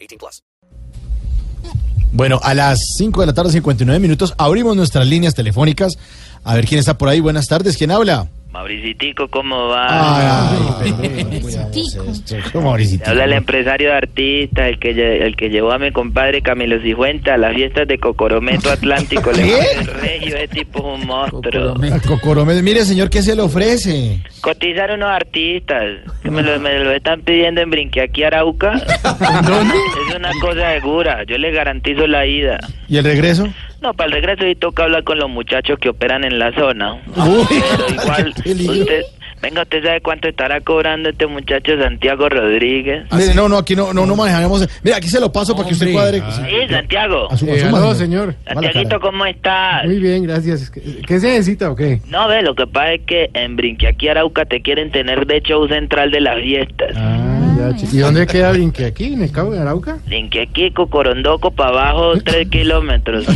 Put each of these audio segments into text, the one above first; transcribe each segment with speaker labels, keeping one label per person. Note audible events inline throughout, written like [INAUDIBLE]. Speaker 1: 18 plus.
Speaker 2: Bueno, a las 5 de la tarde, 59 minutos, abrimos nuestras líneas telefónicas. A ver quién está por ahí. Buenas tardes, ¿quién habla?
Speaker 3: Mauricitico, ¿cómo
Speaker 2: Ah.
Speaker 3: va?
Speaker 2: ¿Cómo, Mauricito?
Speaker 3: Habla el empresario de artistas, el que, lle- el que llevó a mi compadre Camilo Cifuenta a las fiestas de Cocorometo Atlántico. Le
Speaker 2: [LAUGHS] ¿Qué?
Speaker 3: mando el regio, ese tipo es un monstruo.
Speaker 2: Cocorome, mire, señor, ¿qué se le ofrece?
Speaker 3: Cotizar unos artistas, que me lo, me lo están pidiendo en Brinque aquí
Speaker 2: [LAUGHS]
Speaker 3: Arauca. Es una cosa segura, yo le garantizo la ida.
Speaker 2: ¿Y el regreso?
Speaker 3: No, para el regreso sí toca hablar con los muchachos que operan en la zona.
Speaker 2: Uy, [LAUGHS]
Speaker 3: Ah, Pero igual,
Speaker 2: qué peligro.
Speaker 3: usted, venga, usted sabe cuánto estará cobrando este muchacho Santiago Rodríguez.
Speaker 2: Mire, no, no, aquí no, no, no manejaremos. Mira, aquí se lo paso para que usted cuadre.
Speaker 3: Sí, Santiago.
Speaker 2: Asuma,
Speaker 4: Ah. Eh,
Speaker 2: asuma, [LAUGHS]
Speaker 4: aló, señor.
Speaker 2: Mala
Speaker 3: Santiaguito,
Speaker 2: cara.
Speaker 3: ¿cómo estás?
Speaker 4: Muy bien, gracias. ¿Qué qué se necesita o qué?
Speaker 3: No, ve, lo que pasa es que en Brinquiaquí, Arauca, te quieren tener de show central de las fiestas.
Speaker 4: Ah, ya, chi- ¿Y dónde queda Brinque? ¿Aquí? ¿En el Cabo de Arauca?
Speaker 3: Brinquiaquí, Cocorondoco, para
Speaker 4: [LAUGHS]
Speaker 3: abajo, tres kilómetros.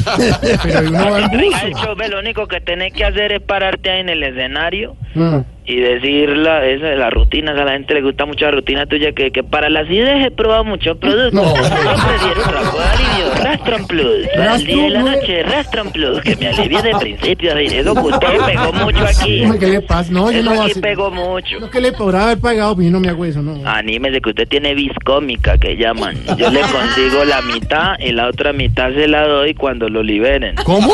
Speaker 4: Pero ahí uno va en bus.
Speaker 3: Al show, ve, lo único que tenés que hacer es pararte ahí en el escenario
Speaker 4: No.
Speaker 3: y decirla, esa es la rutina, a la gente le gusta mucho la rutina tuya, que, que para las ideas he probado muchos productos.
Speaker 2: No.
Speaker 3: Yo prefiero Rapoal y Bio, Rastron Plus, para el día de la noche, Rastron Plus, que me alivié de principio a fin. Eso que usted pegó mucho
Speaker 4: [LAUGHS]
Speaker 3: aquí.
Speaker 4: Hombre, ¿Qué le pasa? No, yo
Speaker 3: Eso
Speaker 4: no voy a
Speaker 3: aquí
Speaker 4: hacer-
Speaker 3: pegó mucho.
Speaker 4: Lo que le podrá haber pagado, pues yo no me hago eso, no.
Speaker 3: Anímese que usted tiene vis cómica que llaman. Yo le consigo la mitad y la otra mitad se la doy cuando lo liberen. No,
Speaker 2: ¿Cómo?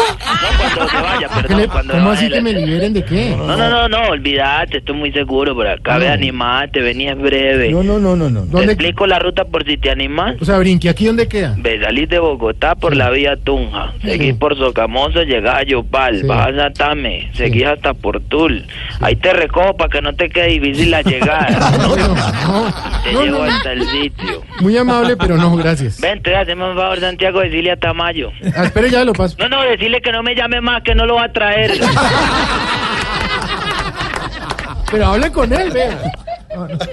Speaker 3: cuando se vaya,
Speaker 4: ¿Qué
Speaker 3: perdón,
Speaker 4: le-
Speaker 3: cuando
Speaker 4: ¿Cómo
Speaker 3: baje
Speaker 4: así que
Speaker 3: la-
Speaker 4: me liberen de qué?
Speaker 3: No, no, no, no, olvídate, estoy muy seguro por acá. Ve, animate, vení es breve.
Speaker 2: No, no, no, no, no.
Speaker 3: Te
Speaker 4: ¿Dónde-
Speaker 3: explico la ruta por si te animas.
Speaker 4: O sea, Brinque, ¿aquí dónde queda?
Speaker 3: Ve, salís de Bogotá por la vía Tunja, seguís por Socamoso, llegás a Yopal,
Speaker 4: Sí.
Speaker 3: vas a Tame, seguís hasta Portul. Ahí te recojo para que no te quede difícil la llegada.
Speaker 4: [LAUGHS] No, no,
Speaker 3: te
Speaker 4: no,
Speaker 3: llevo
Speaker 4: no,
Speaker 3: hasta el sitio.
Speaker 4: Muy amable, pero no, gracias.
Speaker 3: Ven, te hacemos un favor, Santiago, decirle a Tamayo.
Speaker 4: Ah, espere, ya lo paso.
Speaker 3: No, no, decirle que no me llame más, que no lo va a traer.
Speaker 4: [LAUGHS] Pero hable con él, vea. Ah, no.